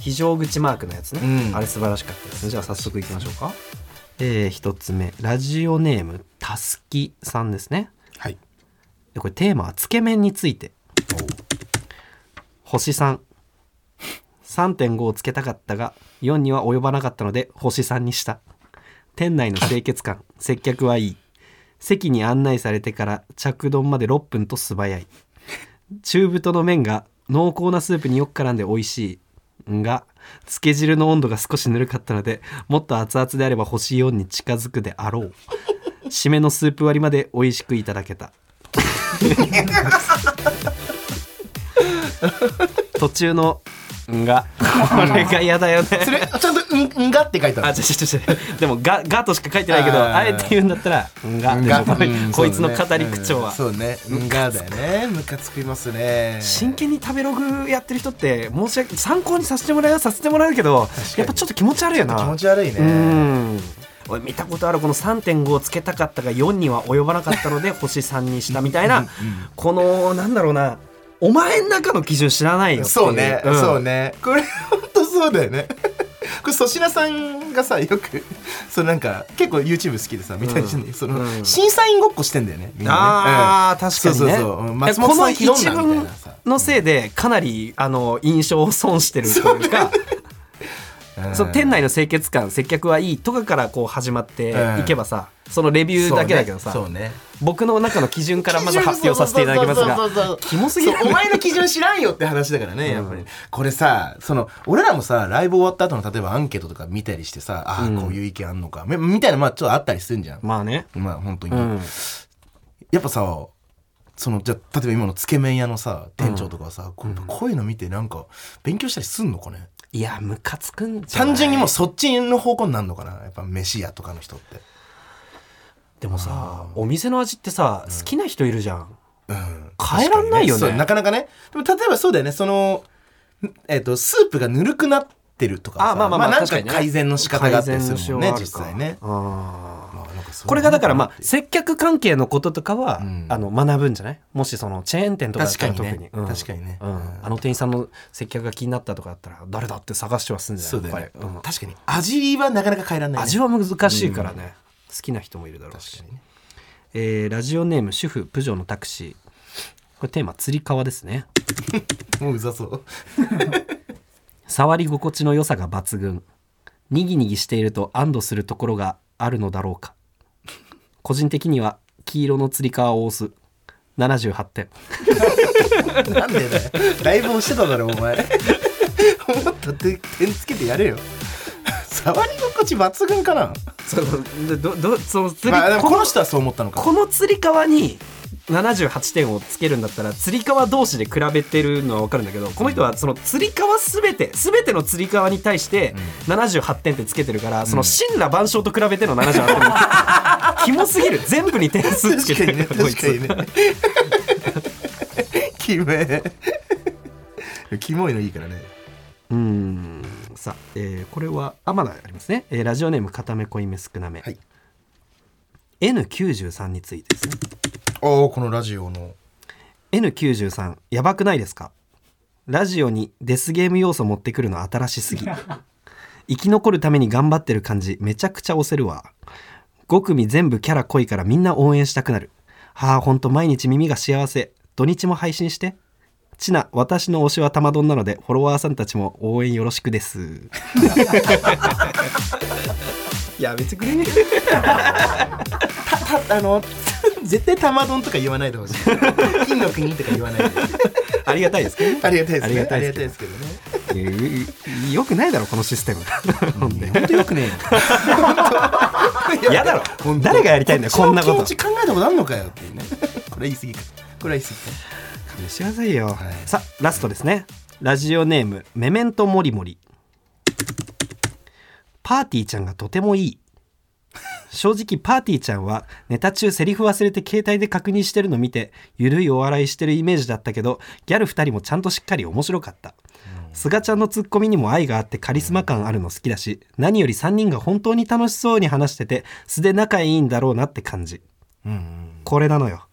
B: 非常口マークのやつね、
C: うん
B: あれ素晴らしかったですねじゃあ早速いきましょうかえー、1つ目ラジオネームたすきさんですね
C: はい。
B: でこれテーマはつけ麺について星3 3.5をつけたかったが4には及ばなかったので星3にした店内の清潔感接客はいい席に案内されてから着丼まで6分と素早い中太の麺が濃厚なスープによく絡んで美味しいんがつけ汁の温度が少しぬるかったのでもっと熱々であれば星4に近づくであろう締めのスープ割りまで美味しくいただけた途中の「んが」これが嫌だよね
C: それ、ちゃんと、うん、うんがって書いてあ
B: あ、
C: る。
B: ちょちょちょでも、が、がとしか書いてないけど、
C: あー
B: あえて言うんだったら、んが、
C: うんが
B: でも
C: う ん
B: こいつの
C: そうだ
B: 語
C: ね
B: り口調は
C: うん。そうね。うんがだよね。ムカつきますね。
B: 真剣に食べログやってる人って、申し訳、参考にさせてもらうはさせてもらうけど、やっぱちょっと気持ち悪いよな。
C: 気持ち悪いうね。
B: ん。俺見たことあるこの3.5をつけたかったが4には及ばなかった ので星3にしたみたいなこのなんだろうなお前の中の基準知らないよってい
C: そうね、
B: ん
C: そうね。これ、本当そうだよね。 これ粗品さんがさよく そうなんか結構 YouTube 好きでさ見たりしてんだけどその、
B: うん
C: 審査員ごっこしてんだよねみんなね
B: あー、
C: うん
B: 確かにね。
C: そうそうそう松本
B: こ
C: さ
B: の
C: ん
B: 一
C: ひどんなみたい
B: 文
C: なさ
B: のせいでかなりあの印象を損してるというか。
C: うん
B: その店内の清潔感接客はいいとかからこう始まっていけばさ、そのレビューだけだけどさ、
C: そうね
B: 僕の中の基準からまず発表させていただきます
C: そうそうそうそう
B: がキモすぎる
C: そうお前の基準知らんよって話だからね、やっぱりこれさその俺らもさライブ終わった後の例えばアンケートとか見たりしてさああ、こういう意見あんのかみみたいなまあちょっとあったりするんじゃん、
B: まあね、
C: まあ本当に、
B: うん、
C: やっぱさそのじゃあ例えば今のつけ麺屋のさ店長とかはさ、こうこういうの見てなんか勉強したりすんのかね
B: いやムカつくんじゃない
C: 単純にもうそっちの方向になるのかなやっぱ飯屋とかの人って
B: でもさお店の味ってさ好きな人いるじゃん、
C: うん
B: 変えらんないよね
C: 確かにそうなかなかね。でも例えばそうだよね、その、んえっ、と、スープがぬるくなってるとかさ、
B: あまあまあまあ
C: なん
B: 確か
C: か
B: にね
C: 改善の仕方があったりするもんね、
B: 改善
C: 実
B: の仕様はあるか
C: 際ね。
B: あー
C: まあなんかそう
B: これがだからまあ接客関係のこととかは、
C: うん
B: あの学ぶんじゃないもしそのチェーン店とかだったら
C: 確か
B: 特に
C: にね
B: うん
C: 確かにね
B: うんあの店員さんの接客が気になったとかだったら誰だって探してはすんじゃない
C: そうだよね、
B: やっぱりうん
C: 確かに。味はなかなか変えられない、ね。
B: 味は難しいからね、好きな人もいるだろう
C: 確
B: し
C: か、にね。
B: えーラジオネーム主婦プジョーのタクシーこれテーマつり革ですね
C: もううざそう。
B: 触り心地の良さが抜群にぎにぎしていると安堵するところがあるのだろうか個人的には黄色のつり革を押す78点
C: なんでだよ。ライブをしてただろ、お前。もっとて点つけてやれよ。触り心地抜群かな。
B: そのどどその釣り、
C: まあ、でも
B: こ
C: こ
B: の
C: の人はそう思ったのか。
B: この釣り革に78点をつけるんだったら釣り革同士で比べてるのは分かるんだけどこの人はその釣り革すべてすべての釣り革に対して78点ってつけてるから、その真羅万象と比べての78点 キモすぎる全部に点数つけ
C: 確か
B: て
C: にね
B: るこい
C: 確
B: つ
C: かにねキメキモいのいいからね
B: うーんさあ、えーこれはあまだありますね、えーラジオネーム片目濃いめ少なめ、
C: はい
B: N93 についてですね
C: ああこのラジオの
B: N93 やばくないですかラジオにデスゲーム要素持ってくるの新し すぎ生き残るために頑張ってる感じめちゃくちゃ押せるわ5組全部キャラ濃いからみんな応援したくなるはあほんと毎日耳が幸せ土日も配信してちな私の推しは玉丼なのでフォロワーさんたちも応援よろしくです やめてくれね
C: たたあの 絶対玉丼とか言わないでほしい金の国とか言わないで
B: ありがたいですけどね
C: ありがたいですね
B: ありがたいですけど
C: ですけど
B: い
C: ね
B: やうよくないだろこのシステムほんで
C: 本当よくねえよ
B: やだろ
C: 本当
B: 誰がやりたいんだよこんなこと
C: っちの気持ち考えたことあんのかよっていうねこれ言い過ぎかこれは言い過ぎか
B: 勘弁してくださいよ、
C: い
B: さあラストですねラジオネームメメントモリモリパーティーちゃんがとてもいい正直パーティーちゃんはネタ中セリフ忘れて携帯で確認してるの見てゆるいお笑いしてるイメージだったけどギャル2人もちゃんとしっかり面白かったすがちゃんのツッコミにも愛があってカリスマ感あるの好きだし何より3人が本当に楽しそうに話してて素で仲いいんだろうなって感じこれなのよ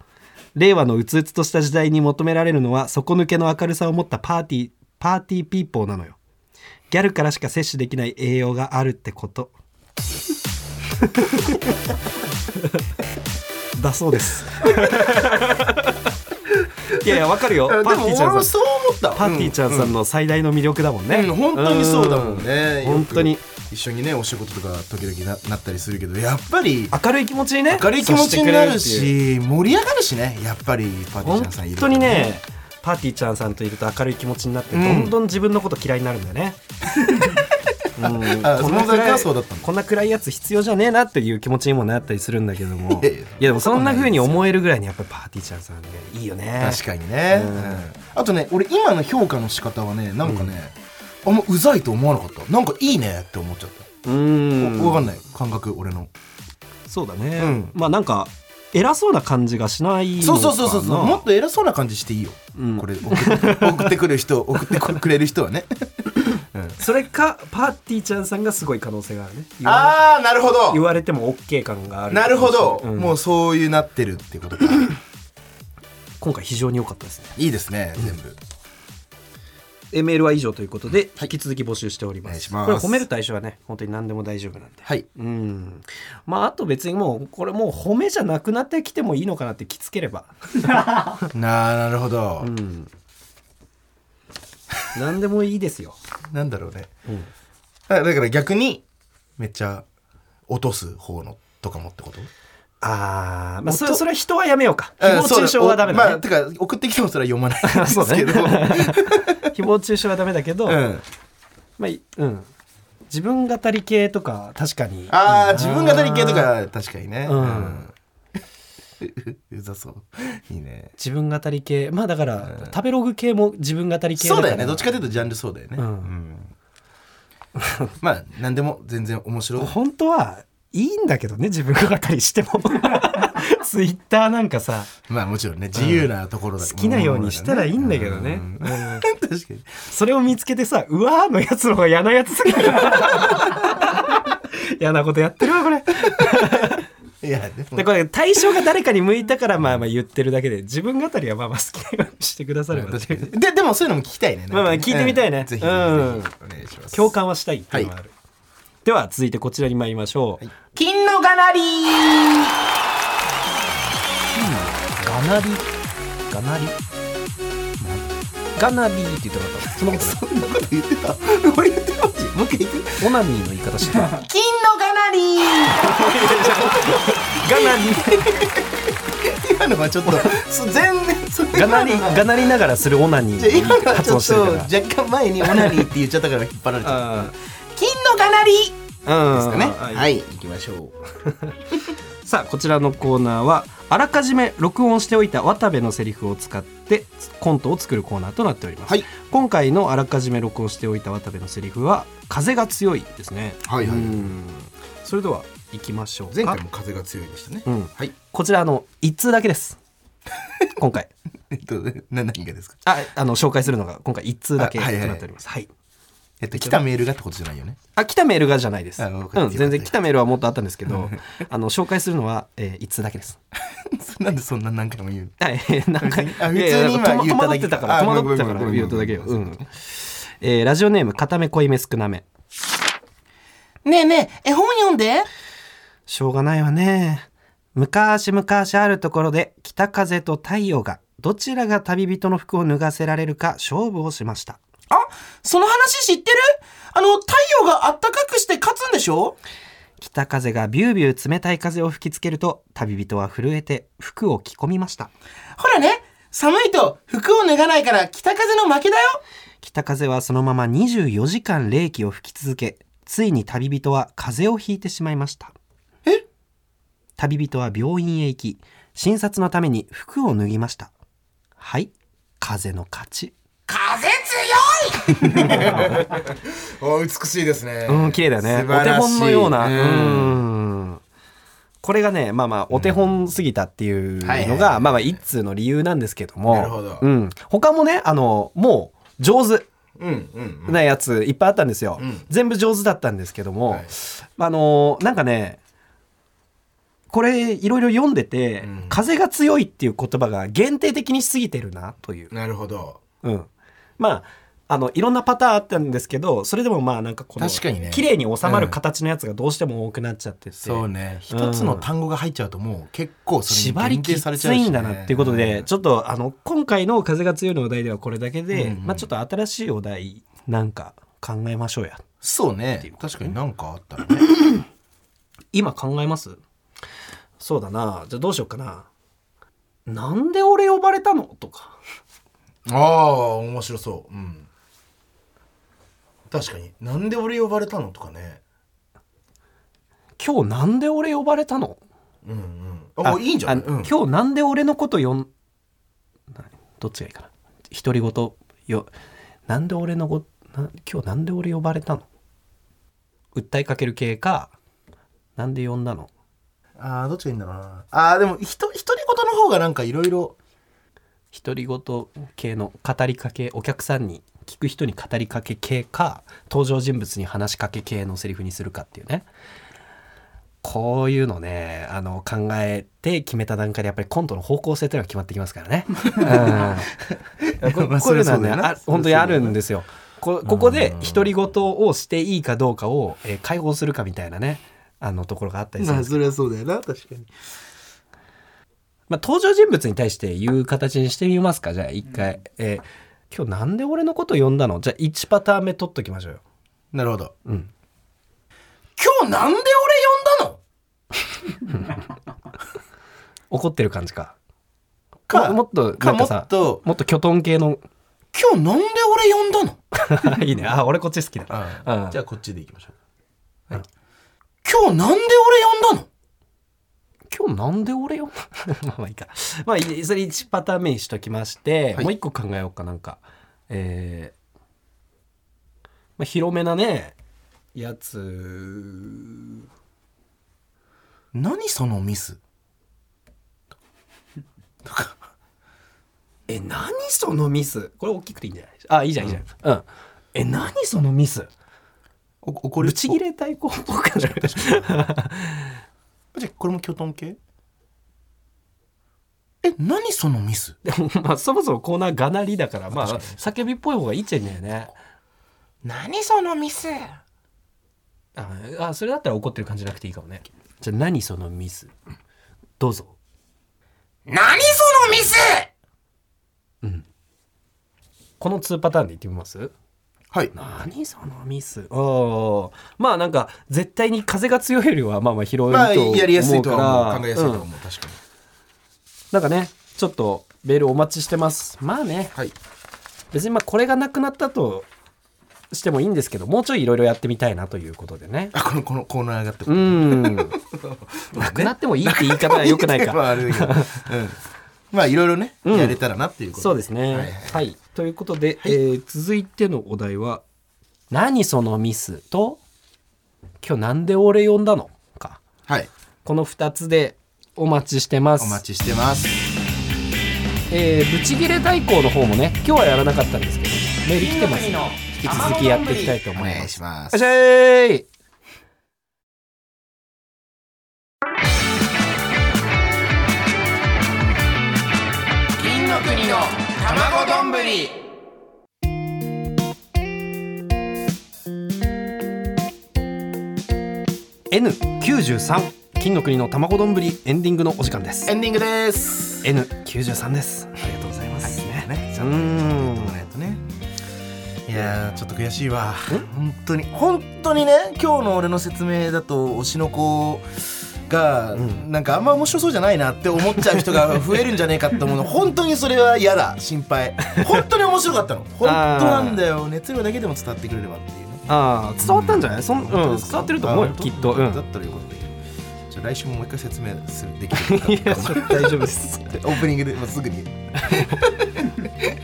B: 令和のうつうつとした時代に求められるのは底抜けの明るさを持ったパーティーパーティーピーポーなのよギャルからしか摂取できない栄養があるってこと だそう ですいやいやわかるよパー
C: で
B: ティー
C: も
B: ちゃんさ
C: 俺
B: ん
C: もそう思った
B: パーティーちゃんさんの最大の魅力だもんね、
C: うん、本当にそうだもんね
B: うん
C: よ
B: 本
C: く
B: 当に
C: 一緒にねお仕事とか時々ななったりするけどやっぱり
B: 明るい気持ちにね
C: 明るい気持ちになる
B: させてくれっていう
C: し盛り上がるしねやっぱりパーティー
B: 本
C: ちゃんさんいると
B: 当にねパーティーちゃんさんといると明るい気持ちになってどんどん自分のこと嫌いになるんだよ ね、うん
C: あ
B: こんな
C: その
B: 暗
C: 時
B: い
C: はそうだったんだ
B: こんな暗いやつ必要じゃねえなっていう気持ちにもなったりするんだけども
C: いやいや
B: でもそんな風に思えるぐらいにやっぱりパーティーちゃんさんねいいよね
C: 確かにね、
B: うん
C: うんあとね俺今の評価の仕方はねなんかね、あんまうざいと思わなかったなんかいいねって思っちゃった、
B: うーん
C: わかんない感覚俺の
B: そうだね、
C: うん
B: まあなんか偉そうな感じがしないのか
C: そう
B: な
C: そうそうそうそうもっと偉そうな感じしていいよ、
B: うん
C: これ送って送ってく る人送ってくれる人はね
B: それかパーティーちゃんさんがすごい可能 性があるね言われ
C: ああなるほど
B: 言われても OK 感がある
C: なるほど、
B: うん
C: もうそういうなってるってこと か
B: 今回非常に良かったですね
C: いいですね全部、
B: えメールは以上ということで、引き続き募集しておりま
C: お願い
B: す。
C: します
B: これ褒める対象はね、本当に何でも大丈夫なんで。
C: はい
B: うん。まああと別にもうこれもう褒めじゃなくなってきてもいいのかなってきつければ。
C: なあなるほど、
B: うん。何でもいいですよ。
C: なんだろうね、
B: うん
C: あだから逆にめっちゃ落とす方のとかもってこと
B: ああ、まあ
C: 音
B: それそれは人はやめようか。
C: うん
B: 誹謗中傷はダメ
C: そう
B: だ
C: まあ
B: ね。
C: てか送ってきてもそれは読まない ん
B: そう
C: で
B: だ
C: すけ
B: ね
C: ど
B: 誹謗中傷はダメだけど、
C: うん、
B: まあいうん。自分語り系とか確かに。
C: ああ自分語り系とか確かにね、
B: うん
C: うんうざそういいね
B: 自分語り系まあだから、食べログ系も自分語り系
C: そう
B: から
C: だよねどっちかというとジャンルそうだよね、
B: うん
C: うんまあ何でも全然面白い
B: 本当はいいんだけどね自分語りして もツイッターなんかさ
C: まあもちろんね自由なところだ、
B: 好きなようにしたらいいんだけどね、
C: うん
B: うん
C: 確かに
B: それを見つけてさうわーのやつの方が嫌なやつすぎる 嫌なことやってるわこれ
C: いやでも
B: でこれ対象が誰かに向いたからまあまあ言ってるだけで自分語りはまあまあ好きなようにしてくだされば、
C: 確かにででもそういうのも聞きたいねなんかね
B: まあまあ聞いてみたいね
C: うんぜひ、
B: う
C: ぜひ
B: ん
C: お願いします
B: 共感はしたいっていうのがある、では続いてこちらに参りましょう、
C: 金のがなり
B: ガナリガナリガナリって言ってもらったその
C: そんなこと言ってた俺言ってましもう一回言って
B: オナニーの言い方してたガナ
C: 金のがなり
B: リ
C: 今のはちょ っとそ全然それ
B: ガナリガナリながらするオナニ
C: じゃあ
B: ー
C: 今のは
B: 発
C: ちょ
B: 音
C: っ
B: してる
C: と
B: から
C: 若干前にオナニーって言っちゃったから引っ張られちゃった
B: あ
C: 金のがなりです
B: ーうん
C: かね
B: はい
C: はい行きましょう
B: さあこちらのコーナーはあらかじめ録音しておいた渡部のセリフを使ってコントを作るコーナーとなっております、
C: はい
B: 今回のあらかじめ録音しておいた渡部のセリフは風が強いですね
C: はいはい
B: うんそれでは行きましょうか
C: 前回も風が強いでしたね
B: うん
C: はい
B: こちらあの一通だけです今回
C: えっとな何がですか
B: ああの紹介するのが今回一通だけ
C: あ
B: と
C: はいはい
B: なっておりますはい、
C: えっと、来たメールがってことじゃないよね。
B: あ来たメールがじゃないです、
C: あ
B: う
C: わかった
B: ん、全然来たメールはもっとあったんですけ どあの紹介するのは、えー、1通だけです
C: なんでそんな何回も言うの
B: はい、なんか、
C: 別にあ
B: いやいや
C: 普通に今
B: なんか
C: 言
B: 戸惑って
C: っただけ
B: たから、
C: あ
B: 戸惑ってたか
C: ご
B: ら、
C: めん
B: 言
C: ごめ
B: うんとだ
C: ごめん
B: けよ。うん。えーラジオネーム、片目濃いめ少なめ。
C: ねえねえ、絵本読んで。
B: しょうがないわね。昔昔あるところで、北風と太陽が、どちらが旅人の服を脱がせられるか勝負をしました。
C: あ、その話知ってるあの、太陽があったかくして勝つんでしょ
B: 北風がビュービュー冷たい風を吹きつけると、旅人は震えて服を着込みました。
C: ほらね、寒いと服を脱がないから北風の負けだよ。
B: 北風はそのまま24時間冷気を吹き続けついに旅人は風邪をひいてしまいました
C: え
B: 旅人は病院へ行き診察のために服を脱ぎましたはい風の勝ち
C: 風強いお美しいですね。
B: うん綺麗だよね
C: 素
B: お
C: 晴
B: 手
C: らしい
B: 本のようなう
C: うん
B: んこれがねまあまあお手本すぎたっていうのが、
C: はいはいはい
B: まあまあ一通の理由なんですけども
C: なるほど
B: うん、他もねあのもう上手
C: うんうん
B: なやついっぱいあったんですよ、
C: うん
B: 全部上手だったんですけども、
C: はい
B: あのーなんかねこれいろいろ読んでて、
C: うん
B: 風が強いっていう言葉が限定的にしすぎてるなという、
C: なるほど。
B: うん、まああのいろんなパターンあったんですけどそれでもまあなんかこの
C: 確かにね
B: 綺麗に収まる形のやつがどうしても多くなっちゃってて、
C: そうね。一つの単語が入っちゃうともう結構それに
B: 縛り
C: 限
B: き
C: 定
B: つ
C: されちゃうし、ね、
B: いんだなっていうことで、ちょっとあの今回の「風が強い」のお題ではこれだけで、
C: うんうん
B: まあ、ちょっと新しいお題なんか考えましょうや
C: そうね。確かになんかあったらね。
B: 今考えますそうだなじゃあどうしようかななんで俺呼ばれたのとか
C: ああ面白そううん確かになんで俺呼ばれたのとかね
B: 今日なんで俺呼ばれたの
C: うんうんあいいんじゃない、
B: あ
C: うん、
B: 今日なんで俺のこと呼んなどっちがいいかな独り言よなんで俺のごな今日なんで俺呼ばれたの訴えかける系かなんで呼んだの
C: あーどっちがいいんだろうなあーでもひと独り言の方がなんかいろいろ
B: 独り言系の語りかけお客さんに聞く人に語りかけ系か登場人物に話しかけ系のセリフにするかっていうねこういうのねあの考えて決めた段階でやっぱりコントの方向性というのが決まってきますからね。うん、 こ
C: まあ
B: こういうのは
C: そりゃそうだ
B: ね
C: よな
B: あ本当にあるんですよ。こここで独り言をしていいかどうかを、えー解放するかみたいなねあのところがあったりするんですけど
C: それはそうだよな確かに
B: まあ、登場人物に対して言う形にしてみますかじゃあ一回、えー今日なんで俺のこと呼んだのじゃあ1パターン目取っときましょうよ
C: なるほど、
B: うん
C: 今日なんで俺呼んだの
B: 怒ってる感じか
C: か
B: ももっと
C: か
B: なんかさ
C: もっと
B: もっとキョトン系の
C: 今日なんで俺呼んだ の
B: いいねあ俺こっち好きだ
C: あ
B: うん
C: じゃあこっちでいきましょう、はい、今日なんで俺呼んだの
B: 今日なんで俺呼んだ まあまあいいかまあいいそれ1パターン目にしときまして、
C: はい
B: もう一個考えようかなんかえーまあ、広めなねやつ
C: 何そのミスとか
B: え何そのミスこれ大きくていいんじゃないあいいじゃんいいじゃんうんえ何そのミス
C: お怒
B: ブチギレ対抗っぽくなる
C: じゃあこれもキョトン系え何そのミス
B: でも まあそもそもコーナーがなりだからまあ叫びっぽい方がいいっちゃいいんだよね
C: 何そのミス
B: ああそれだったら怒ってる感じじゃなくていいかもねじゃあ何そのミスどうぞ
C: 何そのミス
B: この2パターンでいってみます
C: はい
B: 何そのミスあーまあなんか絶対に風が強いよりはまあまあ拾えると思うか
C: まあ
B: ら、
C: やりやすいとは思う考えやすいとは思
B: う
C: う、
B: ん
C: 確かに
B: なんかねちょっとメールお待ちしてますまあね
C: はい
B: 別にまあこれがなくなったとしてもいいんですけどもうちょいいろいろやってみたいなということでね
C: あこのこのコーナーがって こ
B: うーんなくなってもいいって言い方は
C: と
B: よくない
C: ま
B: か
C: ああれだけど、うん、まあいろいろね、
B: うん
C: やれたらなっていうこと
B: そうですね
C: は
B: はいい、
C: はい
B: ということで、えー続いてのお題は「何そのミス」と「今日なんで俺呼んだの?」か
C: はい
B: この2つでお待ちしてます
C: お待ちしてます
B: えーブチギレ代行の方もね今日はやらなかったんですけどメール来てます引き続きやっていきたいと思います
C: お願いしま
B: よっ
C: す
B: しゃーい
C: 金の国の卵丼ぶり
B: 「N93 金の国の卵丼」エンディングのお時間です
C: エ。ンディングです。
B: N93 です。ありがとうございます。
C: ね
B: うーん
C: どうないとね。いやーちょっと悔しいわ本当に本当にね今日の俺の説明だと推しの子が、
B: ん
C: なんかあんま面白そうじゃないなって思っちゃう人が 増えるんじゃねえかって思うの本当にそれは嫌だ心配本当に面白 かったの本当なんだよ熱量だけでも伝わってくれればっていうね
B: ああ伝わったんじゃない？そんうん
C: 本当
B: 伝
C: ですか
B: わってると思うよ
C: あ
B: きっと。う
C: だ
B: ん。
C: ったらよかったけどじゃあ来週ももう一回説明するでき
B: い
C: る
B: やそれ 大丈夫です。
C: オープニングでもうす ぐに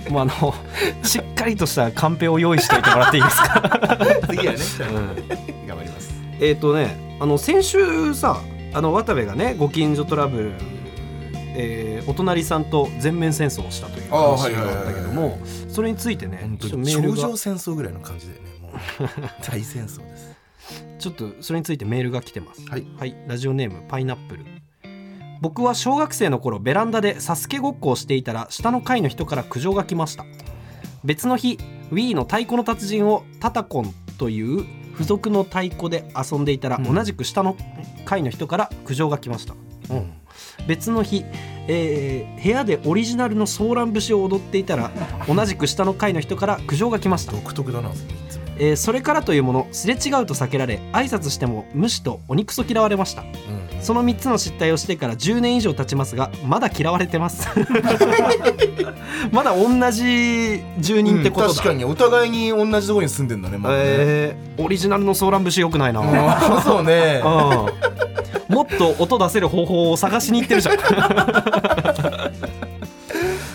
B: もうあのしっかりとしたカンペを用意しておいてもらっていいですか？
C: 次はね
B: うん
C: 頑張ります
B: えっ、とねあの先週さあの渡部がねご近所トラブル、えーお隣さんと全面戦争をしたという
C: あー
B: 話があったけど
C: はい
B: もそれについてね
C: 本
B: ちょっ
C: 当
B: と
C: に
B: メ
C: 頂
B: ール
C: 上
B: が
C: 戦争ぐらいの感じだよね もう大戦争です
B: ちょっとそれについてメールが来てます。
C: はい
B: はい、ラジオネームパイナップル僕は小学生の頃ベランダでサスケごっこをしていたら下の階の人から苦情が来ました別の日 Wii の太鼓の達人をタタコンという付属の太鼓で遊んでいたら、
C: うん
B: 同じく下の階の人から苦情が来ました
C: うん
B: 別の日、えー部屋でオリジナルのソーラン節を踊っていたら同じく下の階の人から苦情が来ました
C: 独特だなその3つ目
B: えーそれからというものすれ違うと避けられ挨拶しても無視とお肉そ嫌われましたその3つの失態をしてから10年以上経ちますがまだ嫌われてます まだ同じ住人ってことだ、
C: 確かにお互いに同じところに住んでんだねまだね
B: えーオリジナルのソーラン節よくないな、うん
C: うん そうね
B: もっと音出せる方法を探しに行ってる じゃん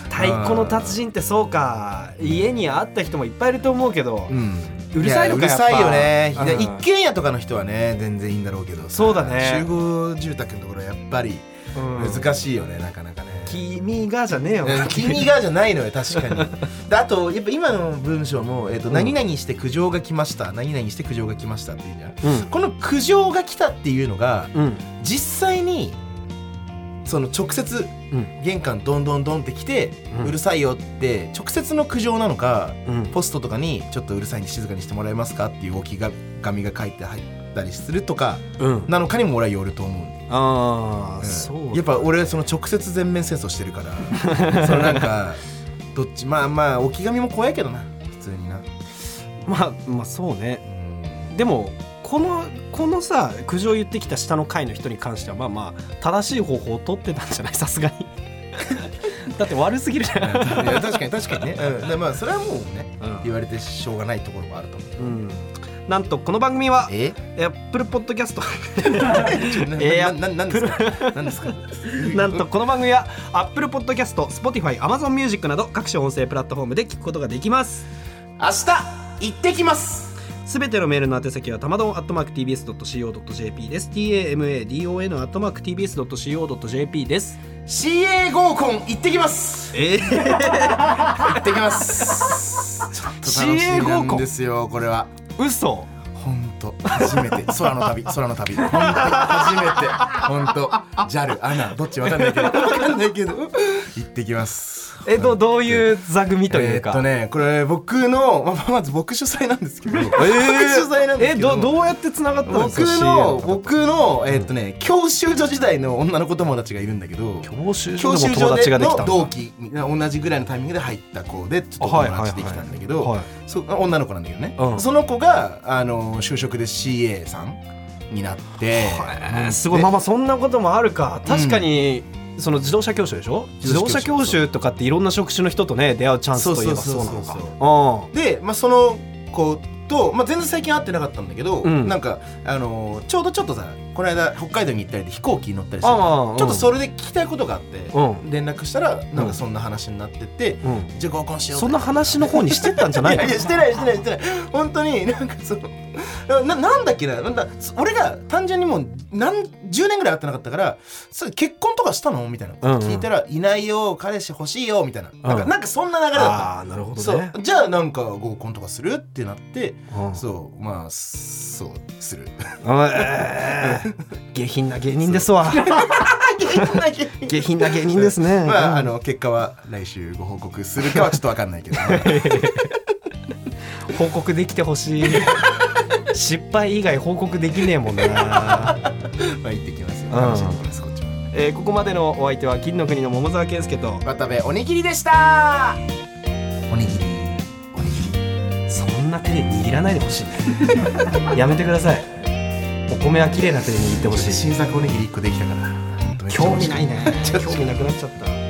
B: 太鼓の達人ってそうか家にあった人もいっぱいいると思うけど、
C: う
B: うるさいのか
C: やうるさいよね
B: やっぱ
C: いや一軒家とかの人はね全然いいんだろうけどさ
B: そうだね
C: 集合住宅のところはやっぱり
B: うん
C: 難しいよねなかなかね
B: 君がじゃねえよ
C: うん君がじゃないのよ確か にであとやっぱ今の文章も、えっと
B: うん
C: 何々して苦情が来ました何々して苦情が来ましたっていうじゃん
B: うん
C: この苦情が来たっていうのが
B: うん
C: 実際にその直接
B: うん
C: 玄関どんどんどんって来て、う
B: うん
C: るさいよって直接の苦情なのか
B: うん
C: ポストとかにちょっとうるさいんで静かにしてもらえますかっていう置きが紙が書いて入ったりするとか
B: うん
C: なのかにも俺はよると思うんで
B: ああ、
C: うん
B: そうだ
C: やっぱ俺その直接全面戦争してるか らそのなんかどっちまあまあ置き紙も怖いけどな普通にな
B: まあまあそうね
C: うん
B: でもこのこのさ苦情を言ってきた下の階の人に関してはまあまあ正しい方法を取ってたんじゃない さすが にだって悪すぎるじゃん、
C: いや確かに確かにね、うん、でまあそれはもうね
B: うん
C: 言われてしょうがないところもあると思う
B: うん、なんとこの番組は
C: え
B: Apple Podcast
C: ちょな
B: えー
C: なななんですかなんで すか
B: なんとこの番組は Apple Podcast、Spotify、Amazon Music など各種音声プラットフォームで聞くことができます
C: 明日行ってきます
B: すべてのメールの宛先はたまどん atmarktbs.co.jp です。tamadon atmarktbs.co.jp です。
C: CA 合コン行ってきます
B: えー、
C: 行ってきますちょっと楽し
B: CA 合
C: みな
B: コ
C: ん
B: ン
C: ですよこれは
B: 嘘
C: 本当初めて空の旅空の旅本当初めて本当 JAL アナどっちわかんないけどわかんないけど行ってきます
B: えっと、どういう座組という
C: えー
B: か。
C: っとねこれ僕のまあまず僕主催なんですけど、僕
B: え
C: 主催 なんです
B: え
C: けど
B: どどうやってつながったんです
C: 僕
B: か
C: の僕のえーっとね教習所時代の女の子友達がいるんだけど
B: 教習所
C: 教
B: で
C: 習
B: も
C: 所
B: 友達
C: で
B: ができ
C: の
B: た
C: 同期同じぐらいのタイミングで入った子でちょっと友達できたんだけど、
B: はいはい
C: そ女の子なんだけどね、
B: うん
C: その子があの就職で CA さんになって、
B: えーすごいまあまあそんなこともあるか確かに、その自動車教習でしょ自
C: 自動
B: 動
C: 車
B: 車
C: 教習
B: 教習とかっていろんな職種の人とね出会うチャンスといえば
C: そう
B: そ
C: そうう
B: な
C: そうそ
B: の
C: う
B: か
C: で、まあ、その子と、まあ、全然最近会ってなかったんだけど、
B: うん
C: なんかあのちょうどちょっとさこの間北海道に行ったりで飛行機に乗ったりしてち
B: ああ
C: ょっとそれで聞きたいことがあって、
B: う
C: 連絡したらなんかそんな話になってて、
B: うん、うん、
C: じゃあ合コンしよう
B: そんな話の方にしてったんじゃ
C: い
B: ない
C: やいやしてないしてないしてない本当になんかそのななんだっけななんだつ俺が単純にもう何10年ぐらい会ってなかったからそれ結婚とかしたのみたいなこと聞いたら、いないよ彼氏欲しいよみたいななんか,、
B: うん
C: なんかそんな流れだった
B: ああなるほど
C: そ
B: ね
C: うじゃあなんか合コンとかするってなって、
B: うん
C: そうまあそうす る
B: おいえー下品な芸人ですわ下品な芸人ですね
C: まああ
B: うん
C: の結果は来週ご報告するかはちょっとわかんない けど
B: 報告できてほしい失敗以外報告できねえもんな、
C: まあ行ってきますよ
B: うん
C: 楽しいところですこっちも
B: えーここまでのお相手は金の国の桃沢健介と
C: 渡部おにぎりでしたおにぎりおにぎり
B: そんな手で握らないでほし いやめてくださいお米は綺麗な手で握ってほしい
C: 新作おにぎり1個できたから
B: 興味ないいね興味なくなっちゃった